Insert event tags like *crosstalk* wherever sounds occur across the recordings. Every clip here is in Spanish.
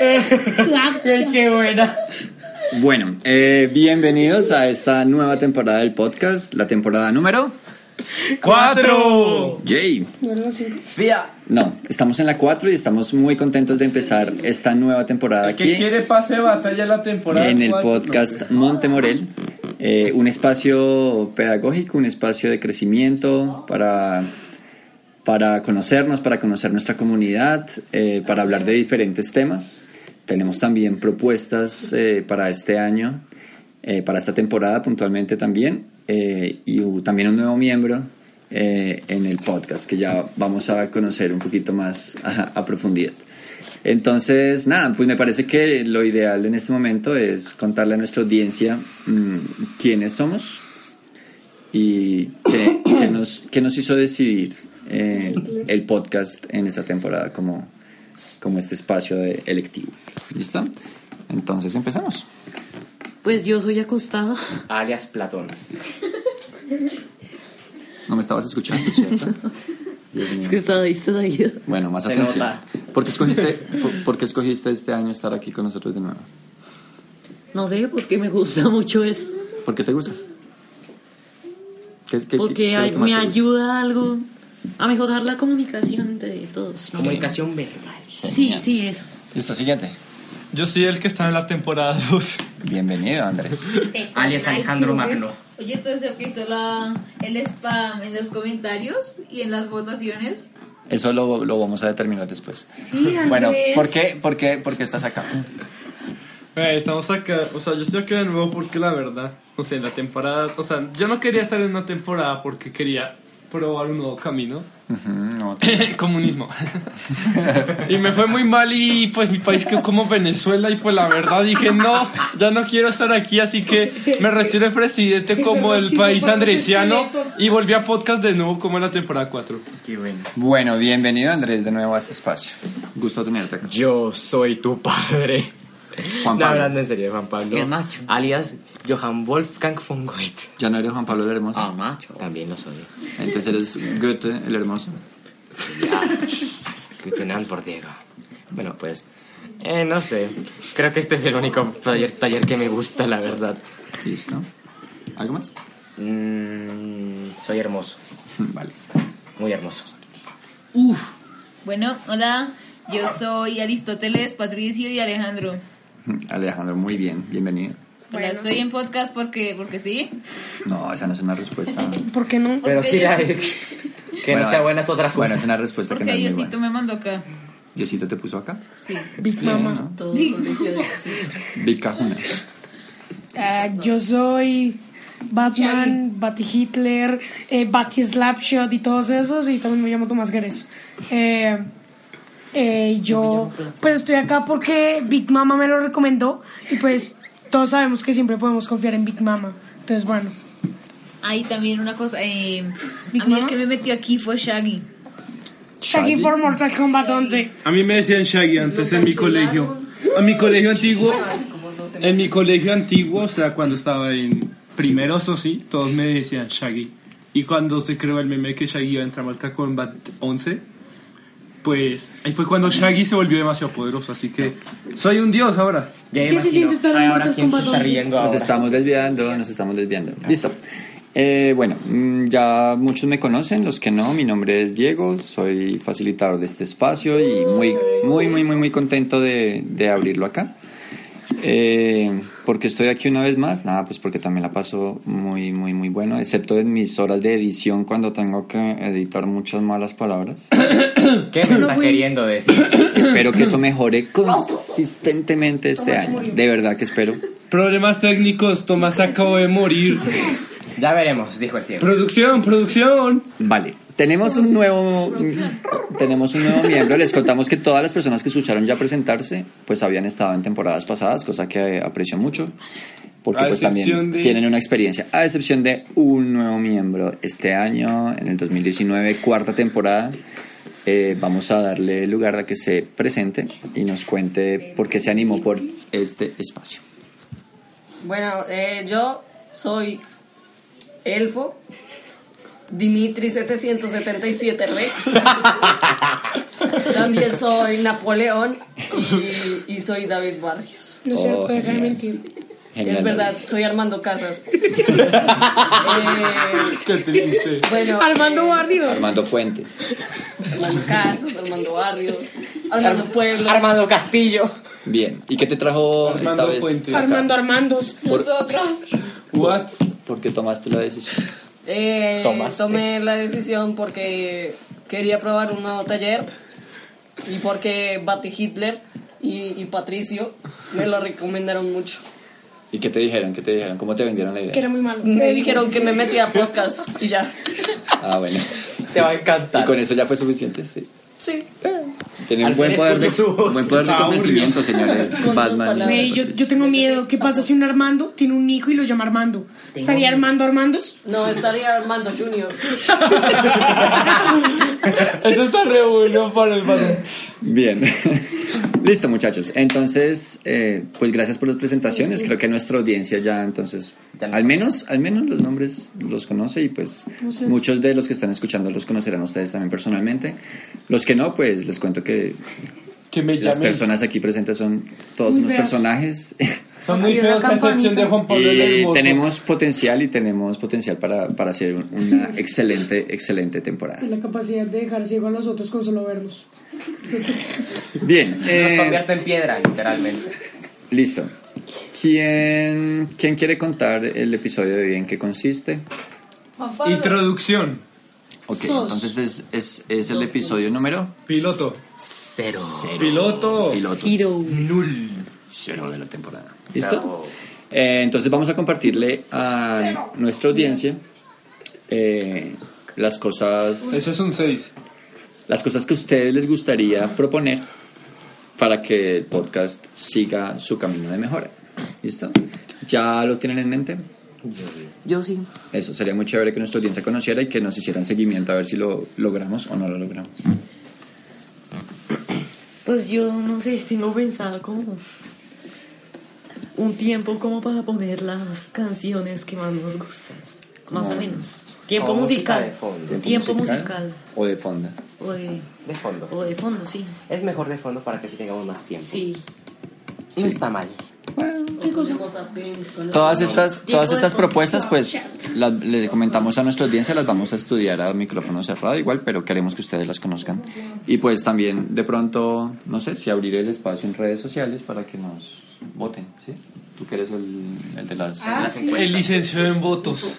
Ay, qué buena. Bueno, eh, bienvenidos a esta nueva temporada del podcast, la temporada número. ¡Cuatro! Jay. ¿No eran las cinco? Fía. No, estamos en la 4 y estamos muy contentos de empezar esta nueva temporada El que aquí quiere pase batalla la temporada. en el cuatro. podcast Montemorel. Eh, un espacio pedagógico, un espacio de crecimiento para, para conocernos, para conocer nuestra comunidad, eh, para hablar de diferentes temas. Tenemos también propuestas eh, para este año, eh, para esta temporada puntualmente también, eh, y hubo también un nuevo miembro eh, en el podcast que ya vamos a conocer un poquito más a, a profundidad. Entonces, nada, pues me parece que lo ideal en este momento es contarle a nuestra audiencia mm, quiénes somos y qué, qué nos, qué nos hizo decidir eh, el podcast en esta temporada como, como este espacio de- electivo. ¿Listo? Entonces empezamos. Pues yo soy acostada. alias Platón. No me estabas escuchando, ¿cierto? *laughs* Dios mío. Es que estaba distraída. Bueno, más Se atención. nota. ¿Por qué, escogiste, por, por qué escogiste este año estar aquí con nosotros de nuevo? No sé por qué me gusta mucho esto. ¿Por qué te gusta? ¿Qué- qué- qué- qué es Porque lo ay- que más me te gusta? ayuda algo a mejorar la comunicación entre todos. ¿no? Comunicación verbal. Sí, sí, eso. Listo, siguiente. Yo soy el que está en la temporada 2. Bienvenido, Andrés. Alias Alejandro Magno. Oye, entonces el que hizo la, el spam en los comentarios y en las votaciones. Eso lo, lo vamos a determinar después. Sí, *laughs* Andrés. Bueno, ¿por qué, por, qué, ¿por qué estás acá? estamos acá, o sea, yo estoy acá de nuevo porque la verdad, o sea, en la temporada, o sea, yo no quería estar en una temporada porque quería probar un nuevo camino. *coughs* Ujú, no, Comunismo. *laughs* y me fue muy mal y pues mi país quedó como Venezuela y pues la verdad dije, no, ya no quiero estar aquí, así que me *laughs* retiré presidente como el país andresiano y volví a podcast de nuevo como en la temporada 4. Qué bueno. Bueno, bienvenido Andrés de nuevo a este espacio. Gusto tenerte acá. Yo soy tu padre. Juan No, Pablo. hablando en serio, Juan Pablo. El macho. Alias Johann Wolfgang von Goethe. Ya no eres Juan Pablo el Hermoso. Ah, Ah. macho. También lo soy. Entonces eres Goethe el Hermoso. Cristian Bordiego. Bueno, pues. eh, no sé. Creo que este es el único taller, taller que me gusta, la verdad. Listo. ¿Algo más? *laughs* Mm, soy hermoso. Vale. Muy hermoso. Bueno, hola, yo soy Aristóteles, Patricio y Alejandro. Alejandro, muy bien. Bienvenido. Hola, estoy en podcast porque, porque sí. No, esa no es una respuesta. ¿Por qué no? Pero sí, hay- que Bueno, no sea buena es otra Bueno, cosa. es una respuesta que no Porque Este es muy Diosito buena. me mandó acá. Diosito te puso acá. Sí. Big Bien, Mama. ¿no? Todo colegio de sí. Vicajuna. Ah, yo soy Batman, Bati Hitler, eh, Bati Slapshot y todos esos, y también me llamo Tomás Gueres. Eh, eh, yo, pues estoy acá porque Big Mama me lo recomendó, y pues todos sabemos que siempre podemos confiar en Big Mama. Entonces, bueno, Ahí Ah, también una cosa. eh, Big a mí el Mama. que me metió aquí fue Shaggy. Shaggy Shaggy. for Mortal Kombat 11. A mí me decían Shaggy antes en mi colegio. A mi colegio antiguo. En mi colegio antiguo, o sea, cuando estaba en primero, eso sí, todos me decían Shaggy. Y cuando se creó el meme que Shaggy iba a entrar a Mortal Kombat 11, pues ahí fue cuando Shaggy se volvió demasiado poderoso. Así que soy un dios ahora. Ya ¿Qué se imagino. siente estar en Ay, ahora Mortal quién se Kombat está 11? riendo Nos ahora. estamos desviando, nos estamos desviando. Listo. Eh, bueno, mm, ya muchos me conocen, los que no, mi nombre es Diego, soy facilitador de este espacio y muy, muy, muy, muy, muy contento de, de abrirlo acá. Eh, ¿Por qué estoy aquí una vez más? Nada, pues porque también la paso muy, muy, muy bueno, excepto en mis horas de edición cuando tengo que editar muchas malas palabras. ¿Qué me está queriendo decir? *laughs* espero que eso mejore consistentemente este año, de verdad que espero. Problemas técnicos, Tomás acabo de morir. Ya veremos, dijo el cielo. Producción, producción. Vale, tenemos un nuevo tenemos un nuevo miembro, les contamos que todas las personas que escucharon ya presentarse, pues habían estado en temporadas pasadas, cosa que aprecio mucho, porque A pues también excepción de- tienen una experiencia, a excepción de un nuevo miembro este año, en el 2019, cuarta temporada. eh, vamos a darle lugar a que se presente y nos cuente por qué se animó por este espacio. Bueno, eh, yo soy elfo *laughs* Dimitri 777 Rex. También soy Napoleón y, y soy David Barrios. No es Oh, cierto, deja de genial. mentir. Genial, es verdad, David. soy Armando Casas. Eh, Qué triste. bueno, Armando Barrios. Armando Fuentes. Armando Casas, Armando Barrios, Armando Pueblo. Armando Castillo. Bien. ¿Y qué te trajo Armando esta vez? Fuentes. acá? Armando Armandos. Nosotros. What? ¿Por qué tomaste la decisión? Eh, Tomaste. tomé la decisión porque quería probar un nuevo taller y porque Bati Hitler y, y Patricio me lo recomendaron mucho. ¿Y qué te dijeron? ¿Qué te dijeron? ¿Cómo te vendieron la idea? Que era muy malo. Me dijeron que me metía a podcast y ya. Ah, bueno. *laughs* Te va a Y encantar. con eso ya fue suficiente, sí. Sí. Tiene un Al buen fin poder, de, escucho su voz. buen poder de Audio. convencimiento, señores. dos Batman. palabras. Güey, yo, yo tengo miedo. ¿Qué pasa si un Armando tiene un hijo y lo llama Armando? ¿Estaría Armando Armandos? No, estaría Armando Junior. Eso está re bueno para el balón. Bien. *laughs* Listo, muchachos. Entonces, eh, pues gracias por las presentaciones. Creo que nuestra audiencia ya, entonces, Ya los al menos, al menos los nombres los conoce y pues muchos de los que están escuchando los conocerán ustedes también personalmente. Los que no, pues les cuento que Que me las llamen. personas aquí presentes son todos Muy unos feas. personajes *laughs* Son muy Hay una feos a excepción de Juan Pablo el y Hermoso. tenemos potencial y tenemos potencial para, para hacer una excelente, excelente temporada. Y la capacidad de dejar ciego a los otros con solo verlos. Bien, Nos eh, convierto en piedra, literalmente. Listo. ¿Quién, ¿Quién quiere contar el episodio de hoy en qué consiste? Juan Pablo. Introducción. Ok, entonces es, es, es el episodio número Piloto. Cero. Piloto. piloto. Null. Cero de la temporada. ¿Listo? Eh, entonces vamos a compartirle a nuestra audiencia eh, las cosas Eso es un 6. las cosas que a ustedes les gustaría proponer para que el podcast siga su camino de mejora. ¿Listo? ¿Ya lo tienen en mente? Yo sí. Eso, sería muy chévere que nuestra audiencia conociera y que nos hicieran seguimiento a ver si lo logramos o no lo logramos. Pues yo no sé, tengo pensado como un tiempo como para poner las canciones que más nos gustan, más o menos. Tiempo O música musical. de fondo. Tiempo musical. O de fondo. O de, De fondo. o de fondo, sí. Es mejor de fondo para que sí tengamos más tiempo. Sí. No está mal. Todas estas, Tiempo todas de estas fondo. propuestas, pues, las, le comentamos a nuestra audiencia, las vamos a estudiar a micrófono cerrado igual, pero queremos que ustedes las conozcan. Y pues también, de pronto, no sé, si abrir el espacio en redes sociales para que nos voten, ¿sí? Tú que eres el, el de las... El licenciado en votos.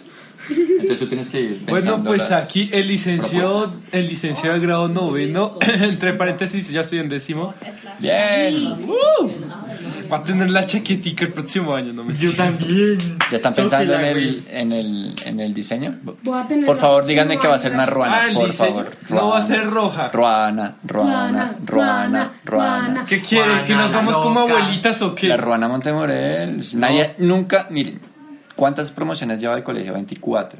Entonces tú tienes que ir Bueno, pensando pues las- aquí el licenciado, el licenciado de grado noveno, *clears throat* entre paréntesis, ya estoy en décimo, Bien. va a tener la chaquetica el próximo año, no me Yo ¿Ya están pensando en el, en el, en el diseño? Voy a tener Por la favor, próxima díganme que va a ser una ruana, Ah, el por diseño. favor. No va a ser roja. Ruana, ruana, ruana, Ruana, ruana. ¿Qué quieren? ¿Que nos Juana, vamos la como loca. abuelitas o qué? La ruana Montemorel. Nadie, nunca, miren, ¿cuántas promociones lleva el colegio? 24.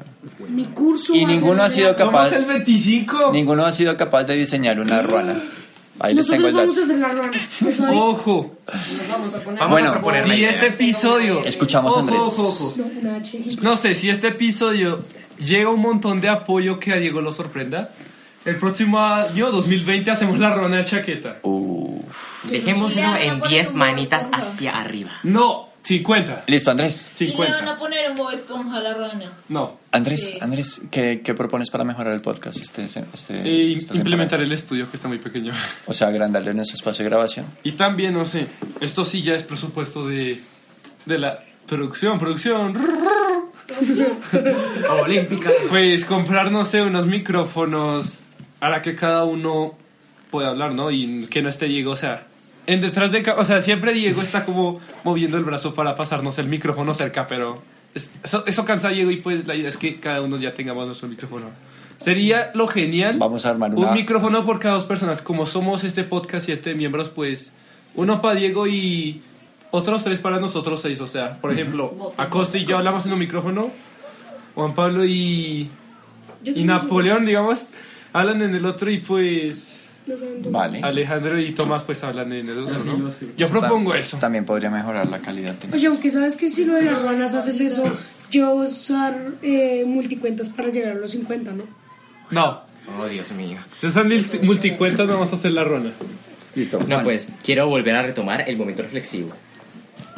Mi curso. Y va a ser ninguno ha de- sido capaz, Somos el 25. ninguno ha sido capaz de diseñar una ruana. Ahí les tengo Nosotros el vamos dato. a hacer la ruana. *laughs* Pues, ahí- Ojo. Vamos Bueno, a proponer la Si idea. este episodio. Escuchamos a Ojo, Andrés. Ojo, ojo. No, una H. No sé, si este episodio llega un montón de apoyo que a Diego lo sorprenda, el próximo año 2020 hacemos la ronda de chaqueta. Uf. Dejémoslo Sí, en vamos a 10 poner un manitas punto. hacia arriba. No, 50. Listo, Andrés. Y le van a 50. poner un Bob Esponja a la rana. No. Andrés, Sí. Andrés, ¿qué, qué propones para mejorar el podcast? Este, este, E esta implementar temporada? el estudio que está muy pequeño. O sea, agrandarle nuestro espacio de grabación. Y también, no sé, esto sí ya es presupuesto de, de la producción, producción. Olímpica. Pues comprar, no sé, unos micrófonos para que cada uno pueda hablar, ¿no? Y que no esté Diego, o sea, en detrás de... ca- O sea, siempre Diego está como moviendo el brazo para pasarnos el micrófono cerca, pero es- eso, eso cansa a Diego y pues la idea es que cada uno ya tengamos nuestro micrófono. Sería lo genial. Vamos a armar una- Un micrófono por cada dos personas. Como somos este podcast siete miembros, pues uno para Diego y otros tres para nosotros seis. O sea, por ejemplo, Acosta y yo hablamos en un micrófono. Juan Pablo y, y Napoleón, digamos, hablan en el otro y pues Vale. Alejandro y Tomás pues hablan en el otro, ¿no? Yo propongo Tam- eso. También podría mejorar la calidad. de- Oye, aunque sabes que si lo de las ruanas haces eso, yo voy a usar eh, multicuentas para llegar a los 50, ¿no? No, Oh, Dios mío. Si esas multi- multicuentas, vamos a hacer la rona. Listo. No, Juan, pues quiero volver a retomar el momento reflexivo.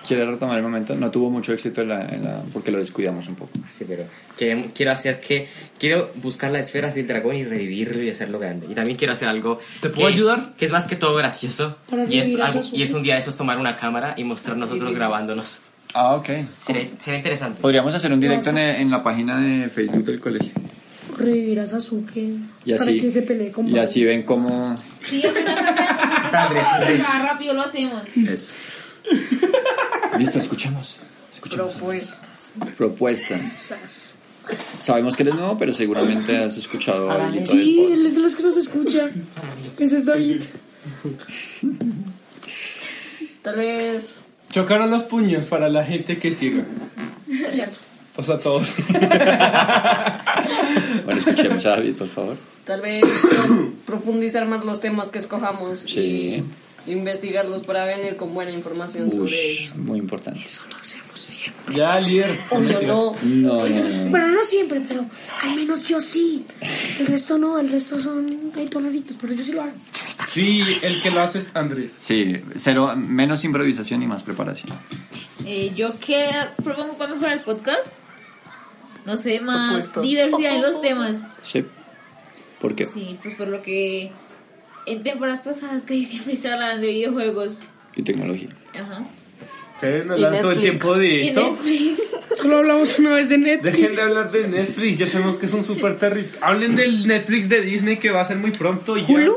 ¿Quiere retomar el momento? No tuvo mucho éxito en la- en la- porque lo descuidamos un poco. Sí, pero que- quiero hacer que. Quiero buscar las esferas del dragón y revivirlo y hacerlo grande. Y también quiero hacer algo. ¿Te puedo que- ayudar? Que es más que todo gracioso. Para Y es, revivir a algo- Sasuke. y es un día de esos tomar una cámara y mostrar nosotros grabándonos. Ah, ok. Sería, sería interesante. Podríamos hacer un directo en, en la página de Facebook del colegio. Revivir a Sasuke Y para así, que se pelee con y así ven cómo... Sí, es una *laughs* saca. Rápido lo hacemos. Eso. Listo, escuchemos. Escuchemos. Propuesta. Sabemos que eres nuevo, pero seguramente has escuchado algo del Sí, podcast. él es de los que nos *laughs* escucha. Ese es David. Tal vez. Chocaron los puños para la gente que siga. O sea, todos. Bueno, escuchemos a David, por favor. Tal vez *coughs* profundizar más los temas que escojamos Sí. y investigarlos para venir con buena información sobre Ush, muy importante. *laughs* ya, líder. Obvio no. No, no, no, no. Bueno, no siempre, pero al menos yo sí. El resto no, el resto son hay toneritos, pero yo sí lo hago. Sí, el que lo hace es Andrés. Sí, cero, menos improvisación y más preparación. Eh, Yo qué propongo para mejorar el podcast. No sé, más diversidad en los temas. Sí. ¿Por qué? Sí, pues por lo que en temporadas pasadas casi *laughs* siempre se hablaban de videojuegos. Y tecnología. Ajá. Se ven Y hablar todo el Netflix. tiempo de Y eso. Netflix. Solo hablamos una vez de Netflix. Dejen de hablar de Netflix, ya sabemos que es un super terrible. Hablen del Netflix de Disney que va a ser muy pronto y ya. Hulu.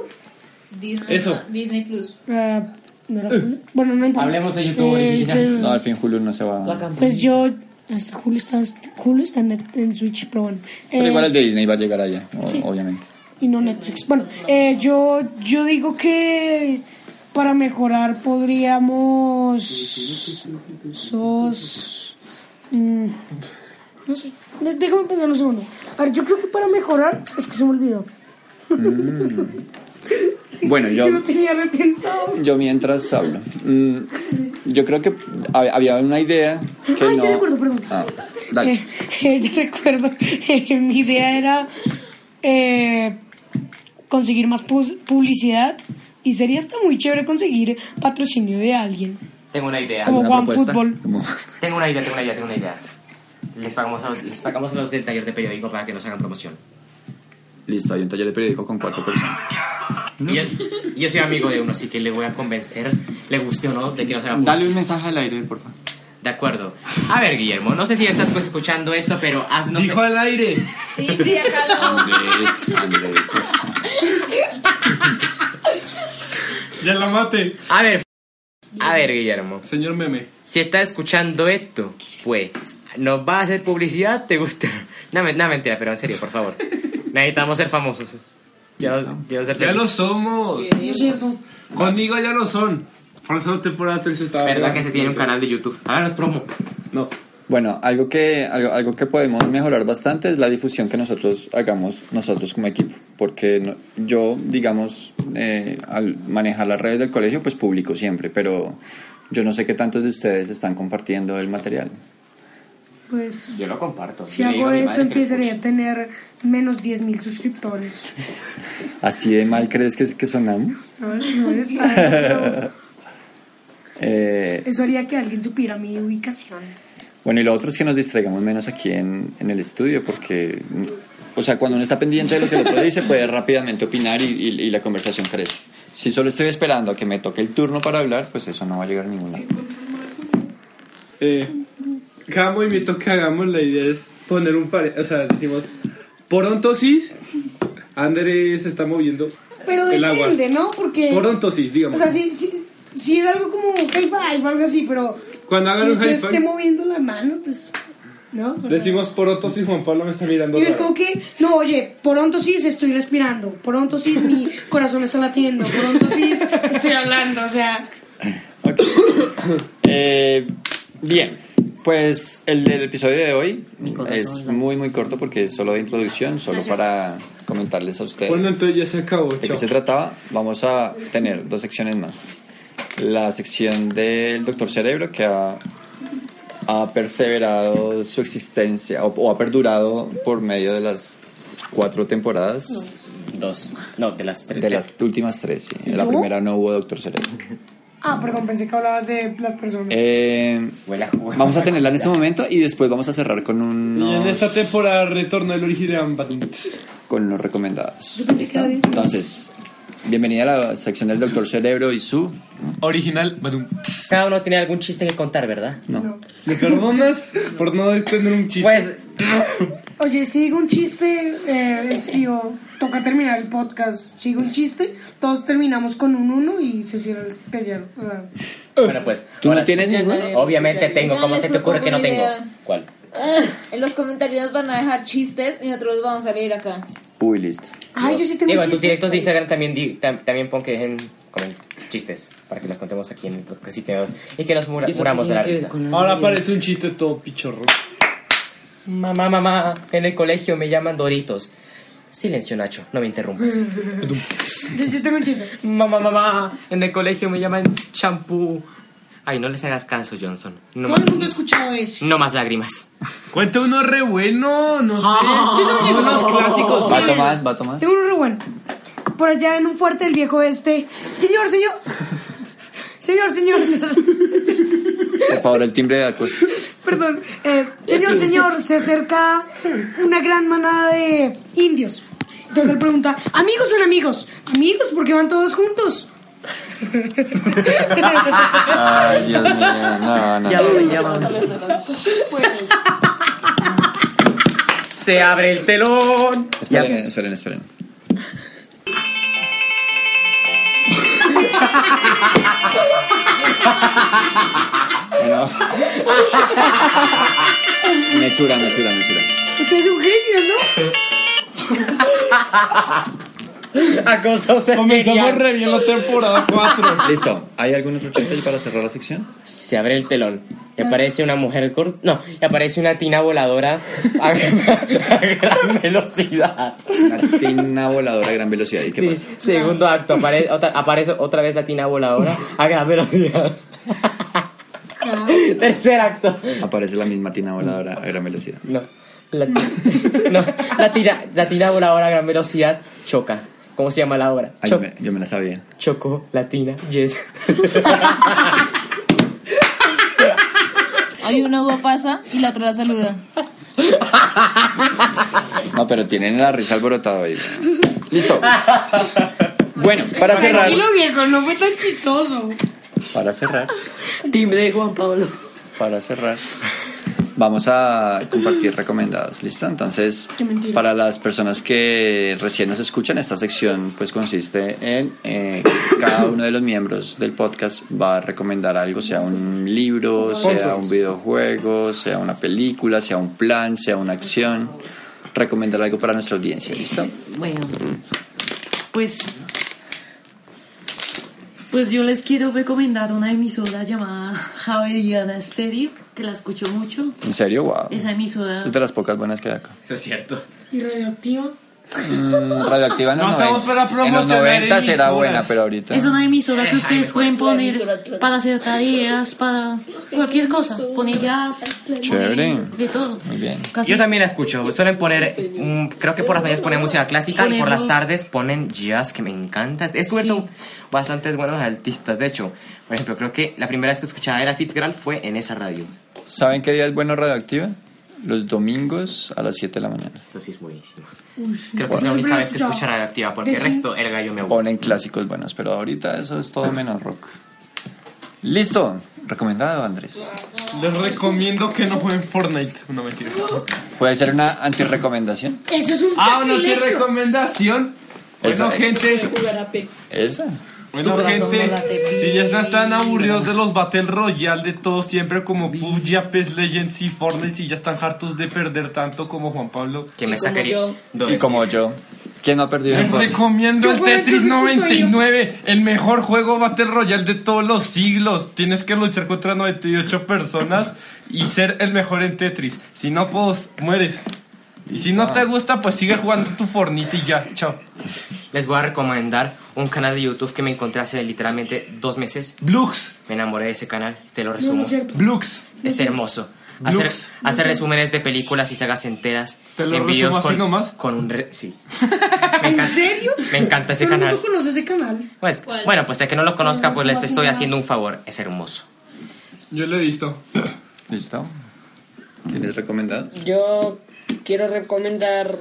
Disney, Eso. no, Disney Plus. Ah, ¿no era Hulu? Bueno, no importa. Hablemos de YouTube original. pues- No, al fin Julio no se va. Pues yo, hasta Julio está, Julio está en, Net- en Switch, pero bueno. Pero Eh, igual el de Disney va a llegar allá, o- obviamente. Y no Netflix. Bueno, eh, yo, yo digo que para mejorar podríamos... Sos... mm, no sé. De- Déjame pensar un segundo. A ver, yo creo que para mejorar... Es que se me olvidó. Bueno, yo... Yo lo tenía repensado. Yo mientras hablo. Mm, yo creo que hab- había una idea que Ay, no. ya recuerdo, perdón. Ah, dale. Eh, *laughs* eh, yo recuerdo, eh, mi idea era eh, conseguir más pu- publicidad y sería hasta muy chévere conseguir patrocinio de alguien. Tengo una idea. Como ¿Alguna Juan propuesta? Fútbol. Como- Tengo una idea, tengo una idea, tengo una idea. Les pagamos a los, les pagamos a los del taller de periódico para que nos hagan promoción. Listo, hay un taller de periódico con cuatro personas. Y yo, y yo soy amigo de uno, así que le voy a convencer, le guste o no, de que nos haga Dale promoción. un mensaje al aire, por favor. De acuerdo. A ver, Guillermo, no sé si estás pues, escuchando esto, pero haznos... Dijo al aire. Sí, Frida *laughs* Kahlo. Andrés, Andrés. Ya la mate. A ver, a ver, Guillermo. Señor Meme. Si estás escuchando esto, pues, ¿nos va a hacer publicidad? ¿Te gusta? No, me- no, mentira, pero en serio, por favor. Necesitamos ser famosos. Quiero, quiero ser Ya feliz. lo somos. No es cierto. Conmigo ya lo son. Por eso temporada 3 estaba. ¿Verdad que se tiene un canal de YouTube? Háganos promo. No. Bueno, algo que, algo, algo que podemos mejorar bastante es la difusión que nosotros hagamos nosotros como equipo, porque no- yo, digamos, eh, al manejar las redes del colegio, pues publico siempre, pero yo no sé qué tantos de ustedes están compartiendo el material. Pues Yo lo comparto. si hago eso empezaría a tener menos 10.000 suscriptores. ¿Así de mal crees que, es que sonamos? No, no es tanto, *laughs* pero Eh, eso haría que alguien supiera mi ubicación. bueno, y lo otro es que nos distraigamos menos aquí en, en el estudio, porque, mm, o sea, cuando uno está pendiente de lo que el otro dice, puede rápidamente opinar y, y- y la conversación crece. Si solo estoy esperando a que me toque el turno para hablar, pues eso no va a llegar a ningún lado. Eh, cada movimiento que hagamos, la idea es poner un par. O sea, decimos. Porontosis. Andrés se está moviendo. Pero El agua. depende, ¿no? Porque... Porontosis, O digamos. sea, si, si, si es algo como un high five o algo así, pero Cuando hagan que un yo high esté five, moviendo la mano, pues... ¿No? O sea, decimos porontosis. Juan Pablo me está mirando. Y es raro. como que, no, oye, pronto sí estoy respirando, pronto sí *laughs* mi corazón está latiendo, pronto sí estoy hablando, o sea, Ok. *coughs* Eh, bien, pues el del episodio de hoy es muy, muy corto porque es solo de introducción, solo para comentarles a ustedes. Bueno, entonces ya se acabó. ¿De chao. qué se trataba? Vamos a tener dos secciones más. La sección del doctor Cerebro, que ha, ha perseverado su existencia o, o ha perdurado por medio de las cuatro temporadas dos. No, de las tres. De las últimas tres, sí. En la ¿Yo? primera no hubo Doctor Cerebro. Ah, perdón, pensé que hablabas de las personas. Eh, vamos a tenerla en este momento y después vamos a cerrar con Y en unos, esta temporada retorno del original Batmans. con los recomendados. ¿Listo? Entonces, bienvenida a la sección del Doctor Cerebro y su... Original Badum. Cada uno tiene algún chiste que contar, ¿verdad? ¿Me perdonas por no tener un chiste? Pues, Oye, sigue un chiste, eh, es- yo- toca terminar el podcast. Sigue un chiste, todos terminamos con un uno y se cierra el taller. O sea, bueno, pues. ¿Tú ahora no tienes sí. ninguno? Obviamente tengo. Ya ¿Cómo les se te ocurre que no propongo tengo? una idea. ¿Cuál? En los comentarios van a dejar chistes y nosotros los vamos a leer acá. Uy, listo. ay, yo sí Digo, tengo pues. un en tus chiste. directos de Instagram también, di- tam- también pon que dejen comen- chistes para que los contemos aquí en el podcast y que nos, y que nos mura- muramos de la risa. Ahora parece un chiste todo pichorro. Mamá, mamá, en el colegio me llaman Doritos. Silencio, Nacho, no me *laughs* interrumpas. Yo, yo tengo un chiste. mamá, mamá, en el colegio me llaman champú. Ay, no les hagas caso, Johnson. No, Todo más, el mundo ha escuchado eso. no más lágrimas. Cuenta uno re bueno, no sé. Ah, unos clásicos. Va Tomás, va Tomás. Tengo uno re bueno. Por allá en un fuerte del viejo este. Señor, señor. Señor, señor. Por favor, el timbre de Acus. Perdón. Eh, señor, señor, se acerca una gran manada de indios. Entonces él pregunta, amigos son amigos. Amigos, porque van todos juntos. *laughs* Ay, Dios mío, no, no. Se abre el telón. Esperen, esperen, esperen. No. Mesura, mesura, mesura. Usted es un genio, ¿no? *laughs* Acosta usted Comenzamos re bien la temporada 4. Listo. ¿Hay algún otro chiste para cerrar la sección? Se abre el telón. Y aparece una mujer cor- No, y aparece una tina voladora a, *laughs* a gran velocidad. Una tina voladora a gran velocidad. ¿Y qué Sí, pasa? segundo acto. Apare- otra- aparece otra vez la tina voladora a gran velocidad. *laughs* Tercer acto. Aparece la misma tina voladora a gran velocidad. No. La, ti- *laughs* no, la tira, la tira voladora a gran velocidad choca. ¿Cómo se llama la obra? Ay, yo, Cho- me, yo me la sabía. Chocó, latina, *laughs* yes. Hay una uva pasa y la otra la saluda. No, pero tienen la risa alborotada ahí. *laughs* Listo. Bueno, para cerrar. Tranquilo, viejo, no fue tan chistoso. Para cerrar. Timbre de Juan Pablo. Para cerrar, vamos a compartir recomendados, ¿listo? Entonces, Qué mentira. para las personas que recién nos escuchan, esta sección pues consiste en eh, cada uno de los miembros del podcast va a recomendar algo, sea un libro, sea un videojuego, sea una película, sea un plan, sea una acción, recomendar algo para nuestra audiencia, ¿listo? Bueno, pues. Pues yo les quiero recomendar una emisora llamada Javeriana Stereo, que la escucho mucho. ¿En serio? Wow. Esa emisora. Es de las pocas buenas que hay acá. Eso es cierto. Y radioactiva. Mm, radioactiva en No los estamos 90. para En los promocionar 90 será emisoras. buena, pero ahorita... Es una emisora que ustedes pueden poner para hacer tareas, para cualquier cosa. Poner jazz. Chévere. poner De todo. Muy bien. Casi Yo también la escucho. Suelen poner, mm, creo que por las mañanas ponen música clásica y por las tardes ponen jazz, que me encanta. He descubierto bastantes buenos artistas. De hecho, por ejemplo, creo que la primera vez que escuchaba a Ella Fitzgerald fue en esa radio. ¿Saben qué día es bueno radioactiva? Los domingos a las 7 de la mañana. Eso sí es buenísimo. Creo que es la Siempre única lo he vez que escuchado. escucho radio activa, porque el Decim- resto el gallo me aburre. Ponen clásicos buenos, pero ahorita eso es todo menos rock. Listo. Recomendado, Andrés. Les recomiendo que no jueguen Fortnite. No mentira. ¿Puede ser una antirrecomendación? Eso es un Ah, bueno, qué sacrilegio. recomendación. Bueno, Esa. gente, Esa. bueno, gente, si ya no están aburridos de los Battle Royale de todos siempre como PUBG, Apex Legends y Fortnite, si ya están hartos de perder tanto como Juan Pablo, Que me sacaría. Y como yo. ¿Quién no ha perdido les en Fortnite? recomiendo Yo el juego en Tetris Tetris 99, el mejor juego Battle Royale de todos los siglos. Tienes que luchar contra 98 personas y ser el mejor en Tetris. Si no, pues mueres. Y si no te gusta, pues sigue jugando tu Fortnite y ya, chao. Les voy a recomendar un canal de YouTube que me encontré hace literalmente dos meses. Blux, Me enamoré de ese canal, te lo No, no resumo. es cierto. Blux. es hermoso. Hacer, Looks. hacer resúmenes de películas y sagas enteras. ¿Te lo en videos resumo así con, nomás? Con un... re- *laughs* sí. ¿En serio? Me encanta ese Todo el mundo canal. conoce ese canal. Pues, ¿Cuál? bueno, pues el que no lo conozca, Con pues los les estoy ojos. haciendo un favor. Es hermoso. Yo lo he visto. ¿Listo? ¿Tienes recomendado? Yo quiero recomendar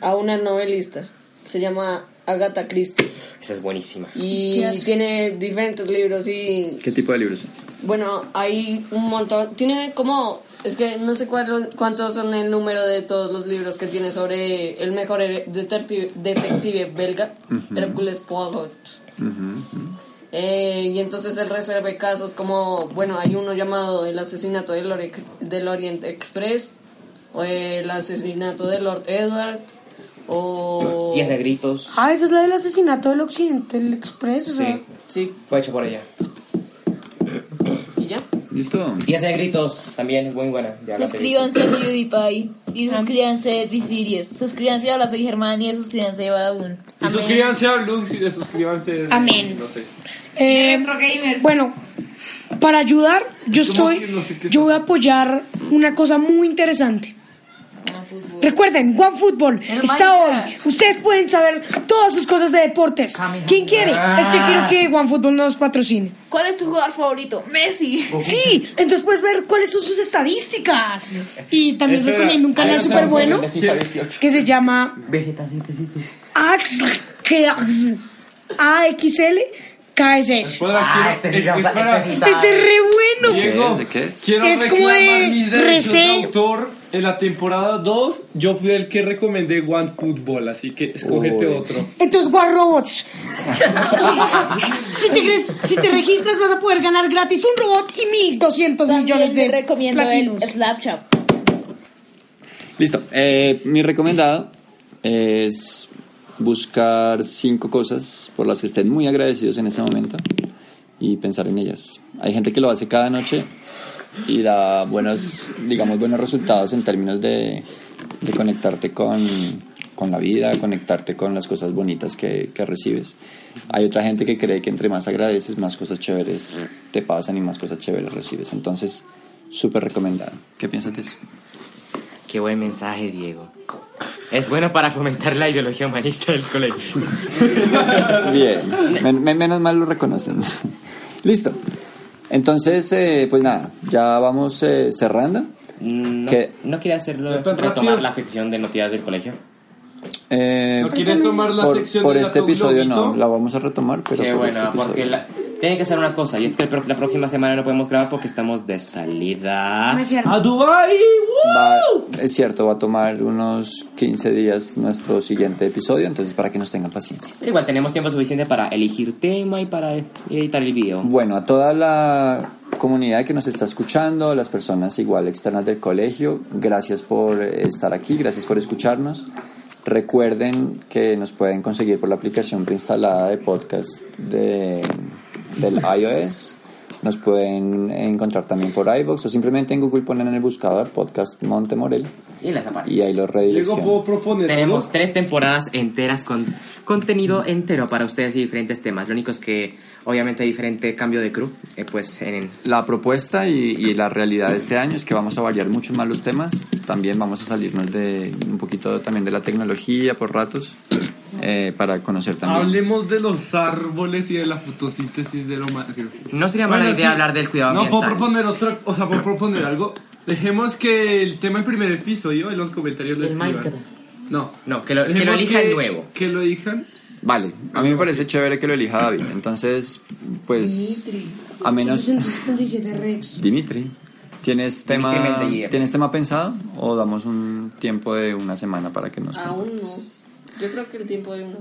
a una novelista. Se llama Agatha Christie. Esa es buenísima. Y ¿Qué hace? tiene diferentes libros y ¿Qué tipo de libros? bueno, hay un montón. Tiene como, es que no sé cuál- cuántos son el número de todos los libros que tiene sobre el mejor er- deterti- detective belga, Ujú. Hércules Poirot. Eh, y entonces él resuelve casos como, bueno, hay uno llamado el asesinato del, Ore- del Orient Express, o el asesinato de Lord Edward, o... Y hace gritos. Ah, esa es la del asesinato del Occidente, el Express, o sea. Sí. Sí. Fue hecho por ella. ¿Y ya? ¿Listo? Y hace gritos. También es muy buena. Ya la serie. Suscríbanse a PewDiePie y suscríbanse a D-Series. Suscríbanse a La Soy Germán y suscríbanse a Badabun. Y suscríbanse a Lux y desuscríbanse. de- Amén. No sé. Eh, Bueno, para ayudar, yo estoy. Yo voy a apoyar una cosa muy interesante. Recuerden, OneFootball está hoy. Ustedes pueden saber todas sus cosas de deportes. ¿Quién quiere? Es que quiero que OneFootball nos patrocine. ¿Cuál es tu jugador favorito? Messi. Sí, entonces puedes ver cuáles son sus estadísticas. Y también Espera, recomiendo un canal súper bueno que se llama AXL AXL KSS. Ah, este sí ya- este sí sabe. Este es re bueno. Diego, ¿De qué es? Quiero Es como reclamar de mis derechos de rese- autor. En la temporada 2, yo fui el que recomendé One Football, así que escógete otro. Entonces, *laughs* War Robots. si, te, crees- si te registras, vas a poder ganar gratis un robot y 1200 millones de También les recomiendo platinos. el Slapchat. Listo. Eh, mi recomendado es buscar cinco cosas por las que estén muy agradecidos en este momento y pensar en ellas. Hay gente que lo hace cada noche y da buenos, digamos, buenos resultados en términos de, de conectarte con, con la vida, conectarte con las cosas bonitas que, que recibes. Hay otra gente que cree que entre más agradeces, más cosas chéveres te pasan y más cosas chéveres recibes. Entonces, súper recomendado. ¿Qué piensas de eso? Qué buen mensaje, Diego. Es bueno para fomentar la ideología humanista del colegio. Bien, Men- men- menos mal lo reconocen. *laughs* Listo. Entonces, eh, pues nada, ya vamos eh, cerrando. *laughs* No, ¿Qué? no quería hacerlo. tan Retomar rápido. la sección de noticias del colegio. Eh, ¿No quieres tomar la por, sección por de la este Club episodio no, Globito? la vamos a retomar, pero Qué por bueno, este episodio. porque la- tiene que ser una cosa, y es que el pro- la próxima semana no podemos grabar porque estamos de salida. ¡A Dubai! Va- es cierto, va a tomar unos 15 días nuestro siguiente episodio, entonces para que nos tengan paciencia. Igual tenemos tiempo suficiente para elegir tema y para editar el video. Bueno, a toda la comunidad que nos está escuchando, las personas igual externas del colegio, gracias por estar aquí, gracias por escucharnos. Recuerden que nos pueden conseguir por la aplicación preinstalada de podcast de, del iOS. Nos pueden encontrar también por iVoox o simplemente en Google ponen en el buscador podcast Montemorel Y las aparece. y ahí los Diego, redirecciona. ¿puedo proponer Tenemos algo? tres temporadas enteras con contenido entero para ustedes y diferentes temas. Lo único es que, obviamente, hay diferente cambio de crew. eh, pues en. La propuesta y, y la realidad de este año es que vamos a variar mucho más los temas. También vamos a salirnos de un poquito también de la tecnología por ratos eh, para conocer también. Hablemos de los árboles y de la fotosíntesis de lo humano. No sería mala idea hablar del cuidado No, puedo ambiental. proponer otra, o sea, puedo proponer algo. Dejemos que el tema del primer episodio en los comentarios lo El escriban. Minecraft. No. No, que lo, que lo Dejemos elijan que- nuevo. Que lo elijan. Vale, a mí me parece chévere que lo elija David. Entonces, pues, a menos 777 Rex. Dimitri, ¿tienes tema, Mendelleev. ¿tienes tema pensado o damos un tiempo de una semana para que Ah, nos... Aún no. Yo creo que el tiempo de uno.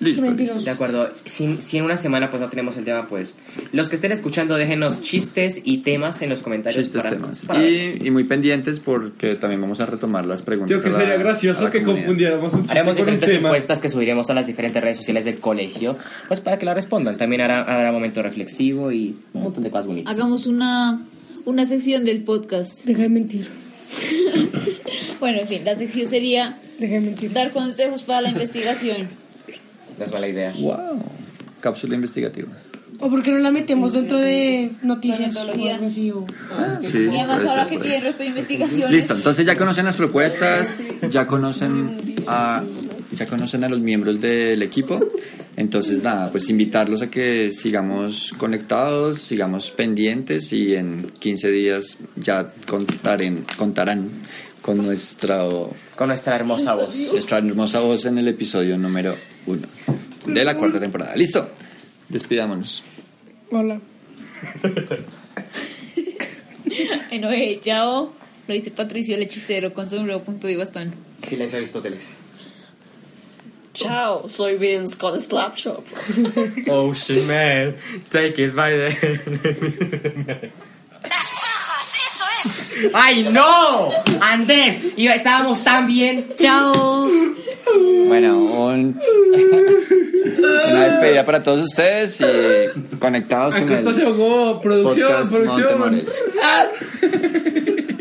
Listo. Mentiroso. De acuerdo, si, si en una semana pues no tenemos el tema, pues los que estén escuchando déjenos chistes y temas en los comentarios. Chistes, para- temas. para- Y, y muy pendientes porque también vamos a retomar las Creo preguntas. que a la- sería a gracioso la que comunidad. confundiéramos un chiste Haremos con un diferentes tema. encuestas que subiremos a las diferentes redes sociales del colegio, pues para que la respondan. También hará, habrá momento reflexivo y un montón de cosas bonitas. Hagamos una, una sección del podcast. Deja de mentir. Bueno, en fin, la sección sería Deja de mentir. dar consejos para la investigación. No es mala idea. Wow. Cápsula investigativa. ¿O por qué no la metemos dentro de noticias o Ornitología. algo así? o- Ah, Sí, y además puede ahora ser, que puede tiene el resto de investigaciones. Listo, entonces ya conocen las propuestas, ya conocen a, ya conocen a los miembros del equipo. Entonces, nada, pues invitarlos a que sigamos conectados, sigamos pendientes y en 15 días ya contaren, contarán con, nuestro, con nuestra hermosa voz. Nuestra hermosa voz en el episodio número uno de la cuarta temporada. Listo, despidámonos. Hola. Bueno, eh, chao. Lo dice Patricio el hechicero con sombrero, punto y bastón. Silencio Aristóteles. Chao, soy Vince con Slapshop. Oh, shit, man. Take it by the... eso es! ¡Ay, no! Andrés, y estábamos tan bien. Chao. Bueno, un- *laughs* una despedida para todos ustedes y conectados con Acá el está se ahogó. oh, Producción, podcast producción. Montemorel.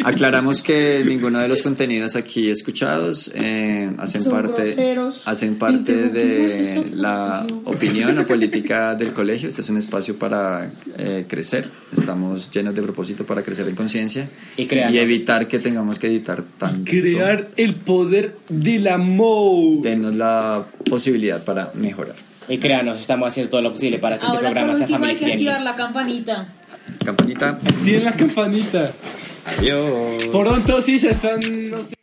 Aclaramos que ninguno de los contenidos aquí escuchados eh, hacen Son parte groseros. hacen parte de Interrumpimos la opinión o política del colegio. Este es un espacio para eh, crecer. Estamos llenos de propósito para crecer en conciencia y, crear cosas. evitar que tengamos que editar tanto. Crear el poder del amor. Denos la posibilidad para mejorar. Y créanos, estamos haciendo todo lo posible para que este Ahora por programa sea último hay family que activar friendly. la campanita. Campanita. Tiene la campanita. Adiós. Pronto sí se están. no sé,